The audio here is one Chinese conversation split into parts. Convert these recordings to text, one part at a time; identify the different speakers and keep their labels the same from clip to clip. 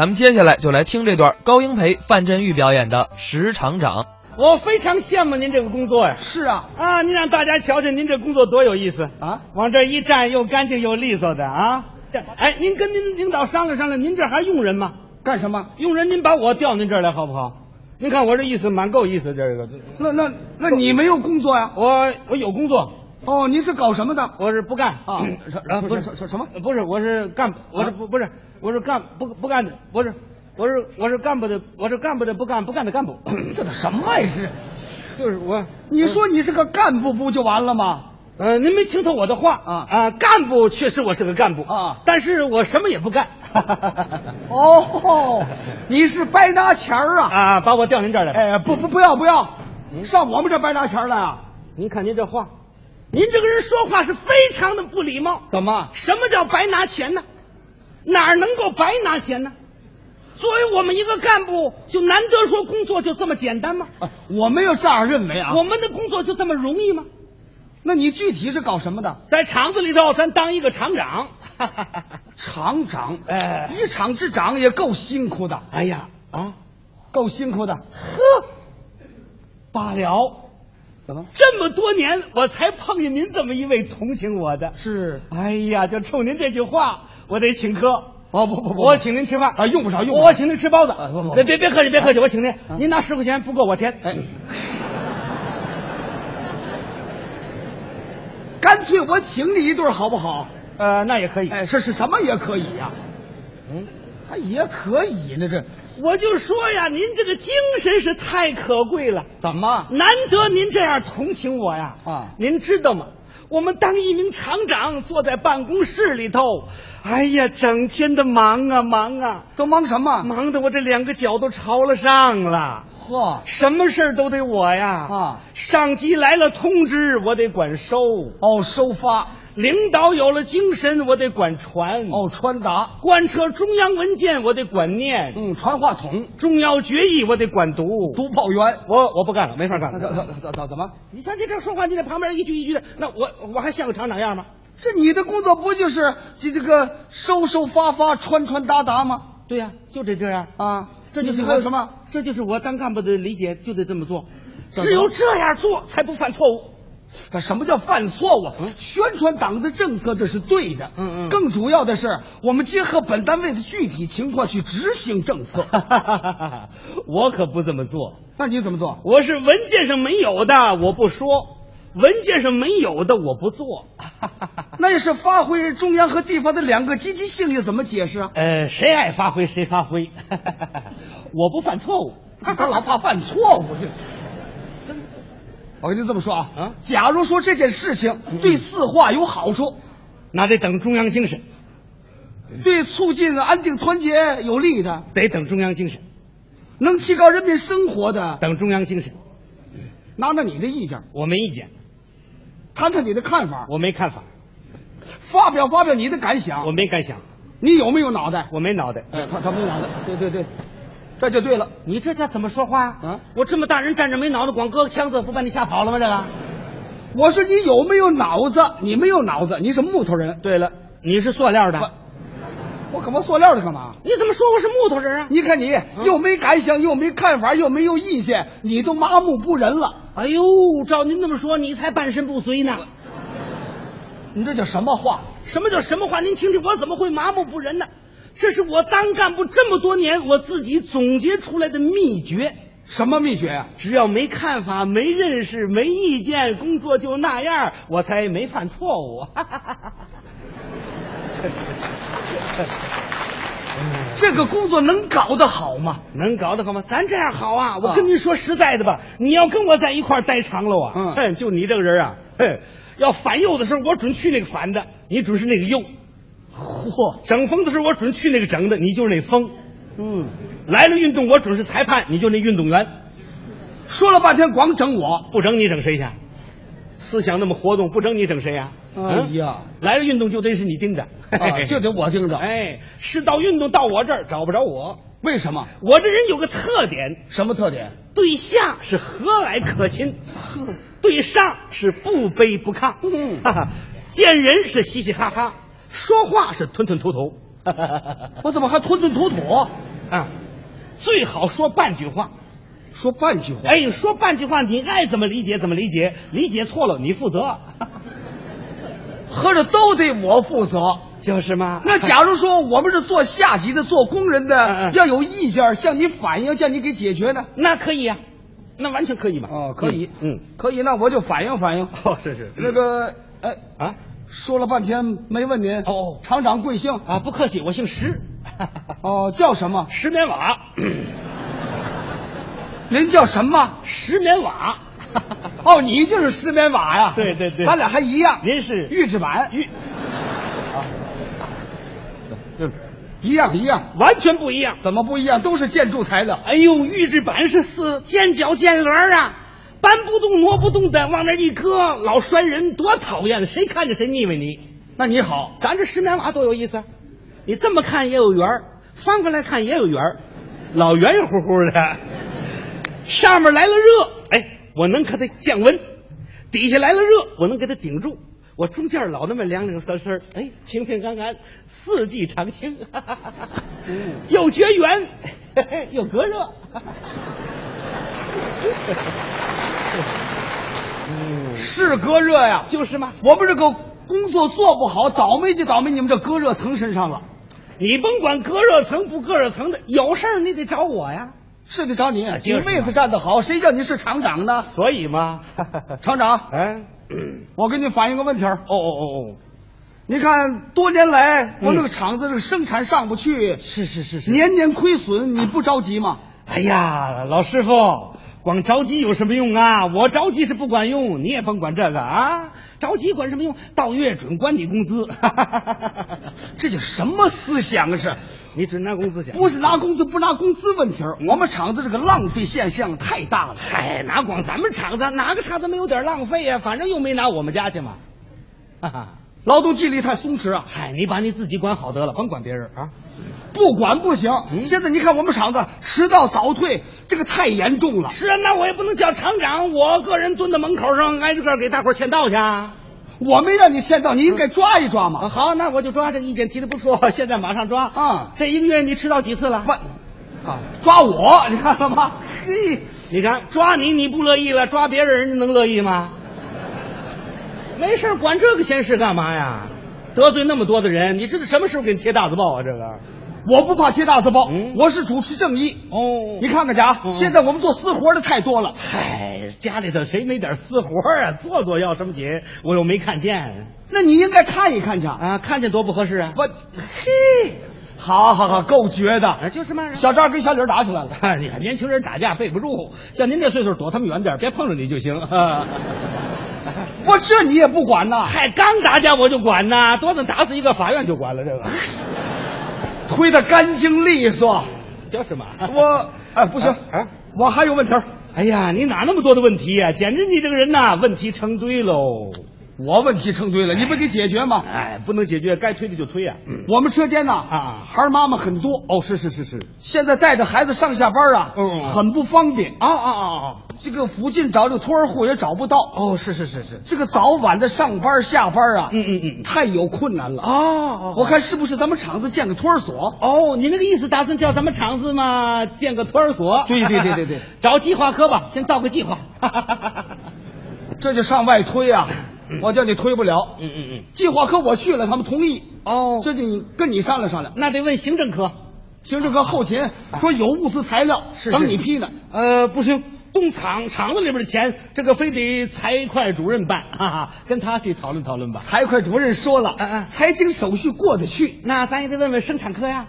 Speaker 1: 咱们接下来就来听这段高英培、范振钰表演的《石厂长》。
Speaker 2: 我非常羡慕您这个工作呀！
Speaker 3: 是啊，
Speaker 2: 啊，您让大家瞧瞧您这工作多有意思
Speaker 3: 啊！
Speaker 2: 往这一站，又干净又利索的啊！这哎，您跟您领导商量商量，您这还用人吗？
Speaker 3: 干什么？
Speaker 2: 用人，您把我调您这儿来好不好？您看我这意思蛮够意思，这个
Speaker 3: 那那那你没有工作呀、
Speaker 2: 我我有工作，
Speaker 3: 哦，您是搞什么的？
Speaker 2: 我是不干
Speaker 3: 啊
Speaker 2: 啊不
Speaker 3: 什
Speaker 2: 是
Speaker 3: 什什么
Speaker 2: 不是，我是干，我是
Speaker 3: 啊
Speaker 2: 不不是，我是干不不干的，不是，我是我是干部的，我是干部的不干不干的干部，
Speaker 3: 这都什么玩意是？
Speaker 2: 就是我。
Speaker 3: 你说你是个干部，不就完了吗？
Speaker 2: 呃，您没听懂我的话
Speaker 3: 啊
Speaker 2: 啊！干部确实我是个干部
Speaker 3: 啊
Speaker 2: 但是我什么也不 干。
Speaker 3: 哦，你是白拿钱儿啊？
Speaker 2: 啊，把我调您这儿来吧。
Speaker 3: 哎，不不不要不要，上我们这儿白拿钱儿来啊？
Speaker 2: 您看您这话，您这个人说话是非常的不礼貌。
Speaker 3: 怎么？
Speaker 2: 什么叫白拿钱呢？哪儿能够白拿钱呢？作为我们一个干部，就难得说工作就这么简单吗？
Speaker 3: 啊我没有这样认为啊。
Speaker 2: 我们的工作就这么容易吗？
Speaker 3: 那你具体是搞什么的？
Speaker 2: 在厂子里头，咱当一个厂长。
Speaker 3: 厂长，
Speaker 2: 哎
Speaker 3: 一厂之长也够辛苦的，
Speaker 2: 哎呀啊，
Speaker 3: 够辛苦的。
Speaker 2: 呵，罢了。
Speaker 3: 怎么？
Speaker 2: 这么多年，我才碰见您这么一位同情我的。
Speaker 3: 是
Speaker 2: 哎呀，就冲您这句话，我得请客。
Speaker 3: 哦不不不
Speaker 2: 我请您吃饭
Speaker 3: 啊用不着用不着
Speaker 2: 我请您吃包子
Speaker 3: 啊不不。不啊
Speaker 2: 别别别客气，别客气，我请您，您拿十块钱不够我填。
Speaker 3: 哎，干脆我请你一顿好不好？
Speaker 2: 呃，那也可以。
Speaker 3: 哎，是是什么也可以呀、
Speaker 2: 嗯，
Speaker 3: 还也可以呢，这
Speaker 2: 我就说呀，您这个精神是太可贵了，
Speaker 3: 怎么？
Speaker 2: 难得您这样同情我呀。
Speaker 3: 啊
Speaker 2: 您知道吗？我们当一名厂长，坐在办公室里头，哎呀，整天的忙啊忙啊，
Speaker 3: 都忙什么？
Speaker 2: 忙得我这两个脚都朝了上了。
Speaker 3: 嚯！
Speaker 2: 什么事儿都得我呀！
Speaker 3: 啊
Speaker 2: 上级来了通知，我得管收；
Speaker 3: 哦，收发，
Speaker 2: 领导有了精神，我得管传；
Speaker 3: 哦，穿搭，
Speaker 2: 贯彻中央文件，我得管念；
Speaker 3: 嗯，传话筒，
Speaker 2: 重要决议，我得管读。
Speaker 3: 读报员。
Speaker 2: 我我不干了，没法干
Speaker 3: 那
Speaker 2: 了。
Speaker 3: 怎怎怎怎么？
Speaker 2: 你像你这说话，你在旁边一句一句的，那我我还像个厂长样吗？
Speaker 3: 这你的工作不就是这这个收收发发、穿穿搭搭吗？
Speaker 2: 对呀、就得这样。
Speaker 3: 啊，
Speaker 2: 这就是
Speaker 3: 你
Speaker 2: 我
Speaker 3: 还有什么？？
Speaker 2: 这就是我当干部的理解，就得这么做，
Speaker 3: 怎么啊
Speaker 2: 只有这样做才不犯错误。嗯
Speaker 3: 什么叫犯错误？宣传党的政策这是对的，
Speaker 2: 嗯嗯
Speaker 3: 更主要的是，我们结合 本单位的具体情况去执行政策。
Speaker 2: 我可不这么做。
Speaker 3: 那你怎么做？
Speaker 2: 我是文件上没有的，我不说；文件上没有的，我不 做。
Speaker 3: 那也是发挥中央和地方的两个积极性，又怎么解释啊？
Speaker 2: 呃，谁爱发挥谁发挥， 我不犯错误。
Speaker 3: 他老怕犯错误，这。我跟您这么说啊，嗯
Speaker 2: 啊
Speaker 3: 假如说这件事情对四化有好处，
Speaker 2: 那得等中央精神，
Speaker 3: 对促进安定团结有利的，
Speaker 2: 得等中央精神，
Speaker 3: 能提高人民生活的，
Speaker 2: 等中央精神。
Speaker 3: 拿拿你的意见，
Speaker 2: 我没意见，
Speaker 3: 谈谈你的看法，
Speaker 2: 我没看法，
Speaker 3: 发表发表你的感
Speaker 2: 我
Speaker 3: 想。
Speaker 2: 没感想，
Speaker 3: 你有没有脑袋？
Speaker 2: 我没脑袋。
Speaker 3: 哎，他他没脑袋，对对对，这就对了。
Speaker 2: 你这叫怎么说话呀
Speaker 3: 啊
Speaker 2: 我这么大人站着没脑袋，光搁个枪子，不把你吓跑了吗？这个。
Speaker 3: 我说你有没有脑子？你没有脑子，你是木头人。
Speaker 2: 对了，你是塑料的，
Speaker 3: 我干嘛塑料的干嘛？
Speaker 2: 你怎么说我是木头人啊？
Speaker 3: 你看你又没感想，又没看法，又没有意见，你都麻木不仁了。
Speaker 2: 哎呦，照您这么说，你才半身不遂呢。
Speaker 3: 你这叫什么话？
Speaker 2: 什么叫什么话？您听听，我怎么会麻木不仁呢？这是我当干部这么多年我自己总结出来的秘诀。
Speaker 3: 什么秘诀呀、
Speaker 2: 只要没看法、没认识、没意见，工作就那样，我才没犯错误。
Speaker 3: 啊这个工作能搞得好吗？
Speaker 2: 能搞得好吗？咱这样好啊！我
Speaker 3: 啊
Speaker 2: 跟您说实在的吧，你要跟我在一块儿待长了啊，
Speaker 3: 嗯
Speaker 2: 哼，就你这个人啊，哼，要反右的时候我准去那个反的，你准是那个右；
Speaker 3: 嚯，
Speaker 2: 整风的时候我准去那个整的，你就是那风；
Speaker 3: 嗯，
Speaker 2: 来了运动我准是裁判，你就那运动员。
Speaker 3: 说了半天光整我。
Speaker 2: 不整你整谁去？思想那么活动，不整你整谁呀、
Speaker 3: 哎呀
Speaker 2: 嗯，来了运动就得是你盯着，
Speaker 3: 啊，就得我盯着。
Speaker 2: 哎，是到运动到我这儿找不着我。
Speaker 3: 为什么？
Speaker 2: 我这人有个特点，
Speaker 3: 什么特点？
Speaker 2: 对下是和蔼可亲，对上是不卑不亢，
Speaker 3: 嗯
Speaker 2: 哈哈，见人是 嘻嘻哈哈，说话是吞吞吐吐。
Speaker 3: 我怎么还吞吞吐吐？
Speaker 2: 啊，最好说半句话。
Speaker 3: 说半句话，
Speaker 2: 哎，说半句话，你爱怎么理解怎么理解，理解错了你负责。
Speaker 3: 合着都得我负责。
Speaker 2: 就是嘛
Speaker 3: 那假如说我们是做下级的、做工人
Speaker 2: 嗯
Speaker 3: 的
Speaker 2: 嗯，
Speaker 3: 要有意见向你反映，向你给解决呢？
Speaker 2: 那可以呀、啊那完全可以嘛。
Speaker 3: 哦，可以，
Speaker 2: 嗯，
Speaker 3: 可以，那我就反映反映。
Speaker 2: 哦，是是
Speaker 3: 那个，哎，
Speaker 2: 啊
Speaker 3: 说了半天没问您
Speaker 2: 哦
Speaker 3: 厂长贵姓？
Speaker 2: 啊，不客气，我姓 石，
Speaker 3: 哦，叫什么？
Speaker 2: 石棉瓦，
Speaker 3: 您叫什么？
Speaker 2: 石棉瓦。
Speaker 3: 哦，你就是石棉瓦呀？
Speaker 2: 对对对
Speaker 3: 咱俩还一样。
Speaker 2: 您是
Speaker 3: 玉制板，
Speaker 2: 玉，
Speaker 3: 一样一样，
Speaker 2: 完全不一样。
Speaker 3: 怎么不一样？都是建筑材料。
Speaker 2: 哎呦，预制板是四尖角尖轮儿啊，搬不动挪不动的，往那儿一搁，老摔人，多讨厌！谁看见谁腻歪你。
Speaker 3: 那你好，
Speaker 2: 咱这石棉瓦多有意思啊！你这么看也有圆儿，翻过来看也有圆儿，老圆圆乎乎的。上面来了热，哎，我能给它降温；底下来了热，我能给它顶住。我中间老那么两两三三儿，哎，平平安安，四季常青，又绝缘，又隔热。
Speaker 3: 是隔热呀？
Speaker 2: 就是嘛，
Speaker 3: 我们这个工作做不好，倒霉就倒霉你们这隔热层身上了。
Speaker 2: 你甭管隔热层不隔热层的，有事儿你得找我呀。
Speaker 3: 是得找你，你
Speaker 2: 哎就是嘛
Speaker 3: 位子站得好，谁叫你是厂长呢？
Speaker 2: 所以 嘛，
Speaker 3: 厂长，
Speaker 2: 哎，
Speaker 3: 我跟你反映个问题儿。
Speaker 2: 哦哦哦哦，
Speaker 3: 你看，多年来
Speaker 2: 嗯
Speaker 3: 我这个厂子这个生产上不去，
Speaker 2: 是是是是。
Speaker 3: 年年亏损，你不着急吗？
Speaker 2: 哎呀，老师傅，光着急有什么用啊？我着急是不管用，你也甭管这个啊！着急管什么用？到月准管你工资，
Speaker 3: 这叫什么思想啊？是
Speaker 2: 你准拿工资去？
Speaker 3: 不是拿工资不拿工资问题儿？我们厂子这个浪费现象太大了。哎
Speaker 2: 嗨，哪光咱们厂子，哪个厂子没有点浪费呀、反正又没拿我们家去嘛。哈哈，
Speaker 3: 劳动纪律太松弛啊，
Speaker 2: 嗨，你把你自己管好得了，甭管别人啊。
Speaker 3: 不管不行。
Speaker 2: 嗯
Speaker 3: 现在你看我们厂子迟到早退，这个太严重了。
Speaker 2: 是啊，那我也不能叫厂长，我个人蹲在门口上挨着个儿给大伙儿签到去啊。
Speaker 3: 我没让你签到，你应该抓一抓嘛。
Speaker 2: 啊，好，那我就抓这个意见提的不错，现在马上抓
Speaker 3: 啊
Speaker 2: 这一个月你迟到几次了？
Speaker 3: 万啊，抓我，你看了吗？嘿，
Speaker 2: 你看，抓你你不乐意了，抓别人人家能乐意吗？没事儿管这个闲事干嘛呀？得罪那么多的人，你这是什么时候给你贴大字报啊？这个
Speaker 3: 我不怕贴大字报，
Speaker 2: 嗯
Speaker 3: 我是主持正义。
Speaker 2: 哦
Speaker 3: 你，看看去啊，
Speaker 2: 嗯
Speaker 3: 现在我们做私活的太多了。
Speaker 2: 嗨，哎家里头谁没点私活儿啊？做做要什么紧？我又没看见
Speaker 3: 那你应该看一看去。
Speaker 2: 啊，看见多不合适啊！
Speaker 3: 我嘿，好好好，够绝的。
Speaker 2: 啊就是嘛
Speaker 3: 小张跟小李打起来了。
Speaker 2: 啊，你看年轻人打架背不住，像您这岁数，躲他们远点儿，别碰着你就行。
Speaker 3: 我这你也不管呐？
Speaker 2: 嗨，刚打架我就管呐，多的打死一个，法院就管了。这个
Speaker 3: 推得干净 利索。
Speaker 2: 就是嘛，
Speaker 3: 我哎，不行
Speaker 2: 啊啊
Speaker 3: 我还有问题儿。
Speaker 2: 哎呀，你哪那么多的问题呀、简直你这个人呐，问题成堆喽！
Speaker 3: 我问题成堆了，你不给解决吗？
Speaker 2: 哎，不能解决，该推的就推呀、
Speaker 3: 我们车间呐，
Speaker 2: 啊
Speaker 3: 孩儿妈妈很多，
Speaker 2: 哦，是是是是，
Speaker 3: 现在带着孩子上下班啊，
Speaker 2: 嗯嗯
Speaker 3: 很不方便。
Speaker 2: 哦哦
Speaker 3: 这个附近找这个托儿户也找不到，
Speaker 2: 哦哦，是是是是，
Speaker 3: 这个早晚的上班下班啊，
Speaker 2: 嗯嗯嗯，
Speaker 3: 太有困难了。
Speaker 2: 哦
Speaker 3: 我看是不是咱们厂子建个托儿所？
Speaker 2: 哦，你那个意思打算叫咱们厂子嘛建个托儿所？
Speaker 3: 对对对对对
Speaker 2: 找计划科吧，先造个计划。
Speaker 3: 这就上外推啊，我叫你推不了。
Speaker 2: 嗯嗯
Speaker 3: 计划科我去了，他们同意，
Speaker 2: 嗯，哦，
Speaker 3: 这就你跟你商量商量。
Speaker 2: 那得问行政科。
Speaker 3: 行政科后勤说有物资材料，
Speaker 2: 啊是是
Speaker 3: 等你批呢。
Speaker 2: 呃，不行，动厂厂子里边的钱，这个非得财会主任办，哈哈，跟他去讨论讨论吧。
Speaker 3: 财会主任说了，
Speaker 2: 嗯嗯
Speaker 3: 财经手续过得去。
Speaker 2: 那咱也得问问生产科 呀。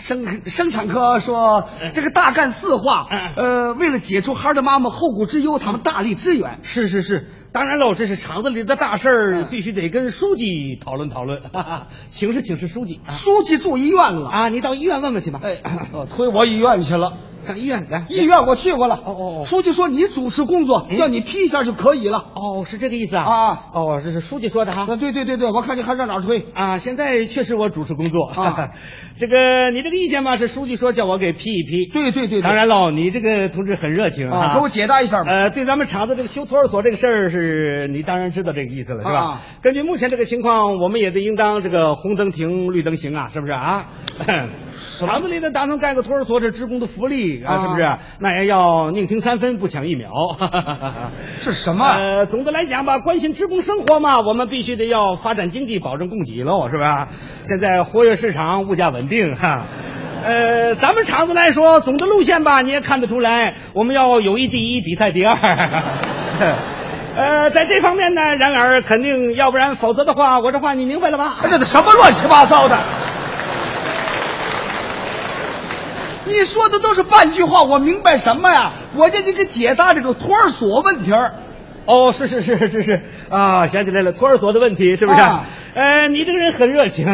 Speaker 3: 生生产科说这个大干四化，
Speaker 2: 嗯
Speaker 3: 呃，为了解除孩儿的妈妈后顾之忧，他们大力支援。
Speaker 2: 是是是，当然喽，这是厂子里的大事儿，必须得跟书记讨论讨论，哈哈，请示请示书记啊
Speaker 3: 书记住医院了，
Speaker 2: 啊！你到医院问问去吧。
Speaker 3: 哎， 哦推我医院去了。
Speaker 2: 上医院来。
Speaker 3: 医院我去过了。
Speaker 2: 哦哦哦
Speaker 3: 书记说你主持工作，
Speaker 2: 嗯
Speaker 3: 叫你批一下就可以了。
Speaker 2: 哦，是这个意思啊？
Speaker 3: 啊，
Speaker 2: 哦，这是书记说的哈。
Speaker 3: 那对对对对，我看你还上哪儿推？
Speaker 2: 啊，现在确实我主持工作
Speaker 3: 啊。
Speaker 2: 这个你这个意见吧，是书记说叫我给批一批。
Speaker 3: 对对对对
Speaker 2: 当然喽，你这个同志很热情
Speaker 3: 啊，给我解答一下吧。
Speaker 2: 呃，对咱们厂子这个修托儿所这个事儿，是你当然知道这个意思了，是吧？
Speaker 3: 啊
Speaker 2: 根据目前这个情况，我们也得应当这个红灯停，绿灯行啊，是不是啊？厂子里的打算盖个托儿所，这职工的福利啊，
Speaker 3: 啊
Speaker 2: 是不是？那也要宁停三分，不抢一秒。
Speaker 3: 是什么
Speaker 2: 呃，总的来讲吧，关心职工生活嘛，我们必须得要发展经济，保证供给喽，是吧？现在活跃市场，物价稳定哈。呃，咱们厂子来说，总的路线吧，你也看得出来，我们要友谊第一，比赛第二。 呃，在这方面呢，然而肯定，要不然否则的话，我这话你明白了吧？
Speaker 3: 哎这都什么乱七八糟的？你说的都是半句话，我明白什么呀？我叫你给解答这个托儿所问题儿。
Speaker 2: 哦，是是是是是啊，想起来了，托儿所的问题是不是？
Speaker 3: 啊
Speaker 2: 呃，你这个人很热情。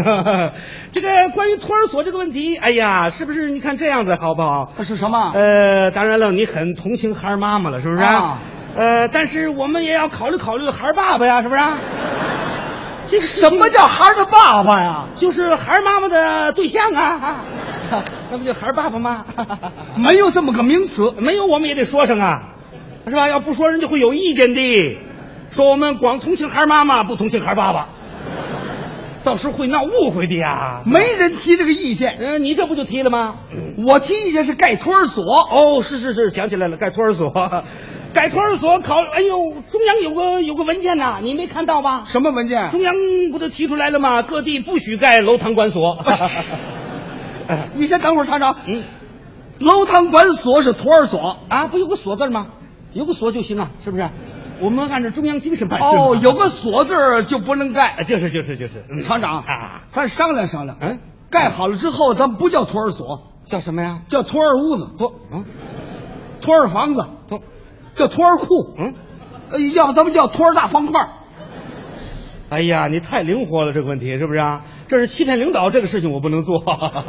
Speaker 2: 这个关于托儿所这个问题，哎呀，是不是？你看这样子好不好？
Speaker 3: 是什么？
Speaker 2: 呃，当然了，你很同情孩儿妈妈了，是不是？
Speaker 3: 啊
Speaker 2: 呃，但是我们也要考虑考虑孩儿爸爸呀， 是不是？
Speaker 3: 这什么叫孩儿的爸爸呀？
Speaker 2: 就是孩儿妈妈的对象啊， 那不就孩儿爸爸吗？
Speaker 3: 没有这么个名词。
Speaker 2: 没有我们也得说上啊，是吧？要不说人家会有意见的，说我们光同情孩妈妈，不同情孩爸爸，到时候会闹误会的呀。
Speaker 3: 没人提这个意见。
Speaker 2: 嗯、你这不就提了吗？
Speaker 3: 我提意见是盖托儿所，
Speaker 2: 哦，是是是，想起来了，盖托儿所， 盖托儿所考，哎呦，中央有个有个文件呐、你没看到吧？
Speaker 3: 什么文件？
Speaker 2: 中央不都提出来了吗？各地不许盖楼堂馆所。
Speaker 3: 你先等会儿，厂长。
Speaker 2: 嗯，
Speaker 3: 楼堂管所是托儿所。
Speaker 2: 啊，不有个所字儿吗？有个所就行啊，是不是？我们按照中央精神办事嘛。
Speaker 3: 哦，有个所字儿就不能
Speaker 2: 啊，
Speaker 3: 盖。
Speaker 2: 就是就是就是，嗯
Speaker 3: 厂长
Speaker 2: 啊，
Speaker 3: 咱商量商量。
Speaker 2: 嗯，
Speaker 3: 盖好了之后，咱不叫托儿所，
Speaker 2: 叫什么呀？
Speaker 3: 叫托儿屋子，
Speaker 2: 托嗯
Speaker 3: 托儿房子，
Speaker 2: 托
Speaker 3: 叫托儿库。
Speaker 2: 嗯，
Speaker 3: 呃，要不咱们叫托儿大方块儿。
Speaker 2: 哎呀，你太灵活了，这个问题是不是啊？这是欺骗领导，这个事情我不能做，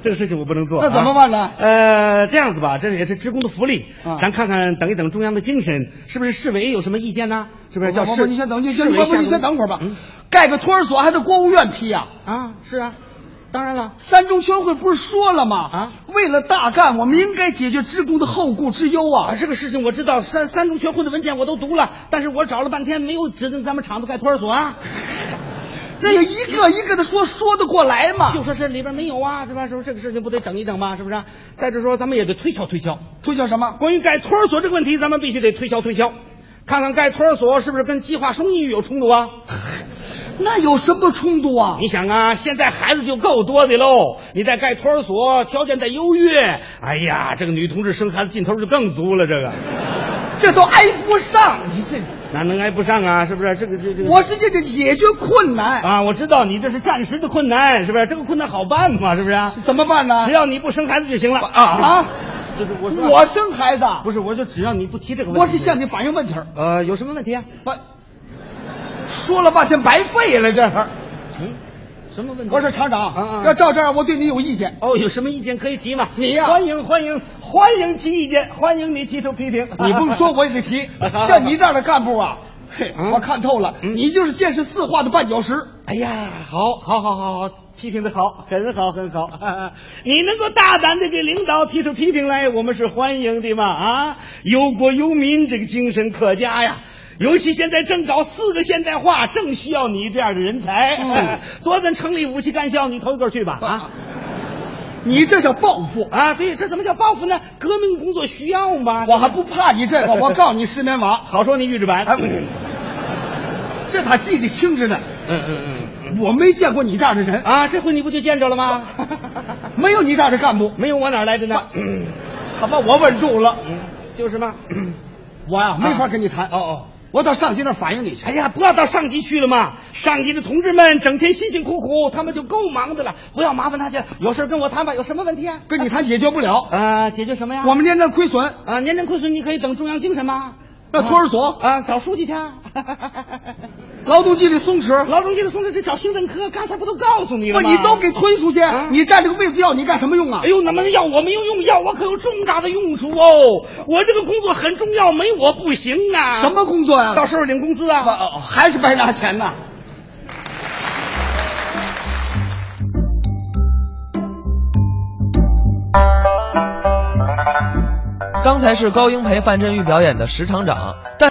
Speaker 2: 这个事情我不能做。
Speaker 3: 那怎么办呢
Speaker 2: 啊呃，这样子吧，这也是职工的福利，
Speaker 3: 啊
Speaker 2: 咱看看，等一等中央的精神，是不是市委有什么意见呢？是不是叫
Speaker 3: 不
Speaker 2: 市？
Speaker 3: 不你先等，你
Speaker 2: 市
Speaker 3: 先
Speaker 2: 委
Speaker 3: 不不，
Speaker 2: 下
Speaker 3: 你先
Speaker 2: 个
Speaker 3: 等会儿吧
Speaker 2: 嗯。
Speaker 3: 盖个托儿所还得国务院批呀。
Speaker 2: 啊，是啊，当然了，
Speaker 3: 三中全会不是说了吗？
Speaker 2: 啊
Speaker 3: 为了大干，我们应该解决职工的后顾之忧啊
Speaker 2: 啊，！这个事情我知道，三三中全会的文件我都读了，但是我找了半天没有指定咱们厂子盖托儿所啊。
Speaker 3: 那有一个一个的说，说得过来吗？
Speaker 2: 就说这里边没有啊，是吧？是不是这个事情不得等一等吗？是不是？再者说，咱们也得推敲推敲。
Speaker 3: 推销什么？
Speaker 2: 关于盖托儿所这个问题，咱们必须得推敲推敲，看看盖托儿所是不是跟计划生育有冲突啊？
Speaker 3: 那有什么冲突啊？
Speaker 2: 你想啊，现在孩子就够多的喽，你再盖托儿所，条件再优越，哎呀，这个女同志生孩子劲头就更足了，这个
Speaker 3: 这都挨不上，你这，
Speaker 2: 哪能挨不上啊？是不是？这个这这个。
Speaker 3: 我是这个解决困 难，
Speaker 2: 啊，我知道你这是暂时的困难，是不是？这个困难好办嘛，是不是？
Speaker 3: 怎么办呢
Speaker 2: 只？要你不生孩子就行了啊
Speaker 3: 啊！
Speaker 2: 就是我说啊
Speaker 3: 我生孩子，
Speaker 2: 不是，我就只要你不提这个问题。
Speaker 3: 我是向你反映问题儿。
Speaker 2: 呃，有什么问题啊？
Speaker 3: 我说了半天白费了，这是。
Speaker 2: 嗯，什么问
Speaker 3: 我说厂
Speaker 2: 啊
Speaker 3: 长，
Speaker 2: 啊
Speaker 3: 要照这样，我对你有意 见。
Speaker 2: 哦，有什么意见可以提嘛？
Speaker 3: 你呀
Speaker 2: 欢迎欢迎欢迎提意见，欢迎你提出批评。
Speaker 3: 你不说我也 得提
Speaker 2: 好好，好
Speaker 3: 像你这样的干部啊，嘿，
Speaker 2: 嗯
Speaker 3: 我看透了，
Speaker 2: 嗯
Speaker 3: 你就是见识四化的绊脚石。
Speaker 2: 哎呀，好，好，好，好，好，批评的好，很好，很好。 你能够大胆的给领导提出批评来，我们是欢迎的嘛啊！忧国忧民这个精神可嘉呀。尤其现在正搞四个现代化，正需要你这样的人才。
Speaker 3: 嗯
Speaker 2: 多咱城里武器干校，你头一个去吧啊！
Speaker 3: 你这叫报复，
Speaker 2: 啊，对，这怎么叫报复呢？革命工作需要嘛。
Speaker 3: 我还不怕你这个，我告诉你，石棉娃，
Speaker 2: 好说你预制板。
Speaker 3: 哎这他记得清着呢。
Speaker 2: 嗯嗯嗯。
Speaker 3: 我没见过你这样 的人，
Speaker 2: 啊，这回你不就见着了 吗？
Speaker 3: 没有你这样的干部，
Speaker 2: 没有我哪儿来的呢？
Speaker 3: 他把我稳住了。
Speaker 2: 就是嘛。
Speaker 3: 我呀，没法跟你谈。
Speaker 2: 哦哦。
Speaker 3: 我到上级那儿反映你去。
Speaker 2: 哎呀，不要到上级去了嘛！上级的同志们整天辛辛苦苦，他们就够忙的了，不要麻烦他去。有事跟我谈吧，有什么问题啊？
Speaker 3: 跟你谈解决不了，
Speaker 2: 啊，解决什么呀？
Speaker 3: 我们年年亏损，
Speaker 2: 啊，年年亏损，你可以等中央精神吗？
Speaker 3: 那托儿所
Speaker 2: 啊，找书记去啊。
Speaker 3: 劳动纪律松弛，
Speaker 2: 劳动纪律松弛这找行政科，刚才不都告诉你
Speaker 3: 不
Speaker 2: 了吗？
Speaker 3: 你都给推出去
Speaker 2: 啊，
Speaker 3: 你占这个位置要你干什么用啊
Speaker 2: 哎？呦，那么要我没有用，要我可有重大的用处哦！我这个工作很重要，没我不行啊！
Speaker 3: 什么工作呀？
Speaker 2: 到时候领工资啊！
Speaker 3: 哦，还是白拿钱呐。
Speaker 1: 刚才是高英培、范振钰表演的《石厂长》，但。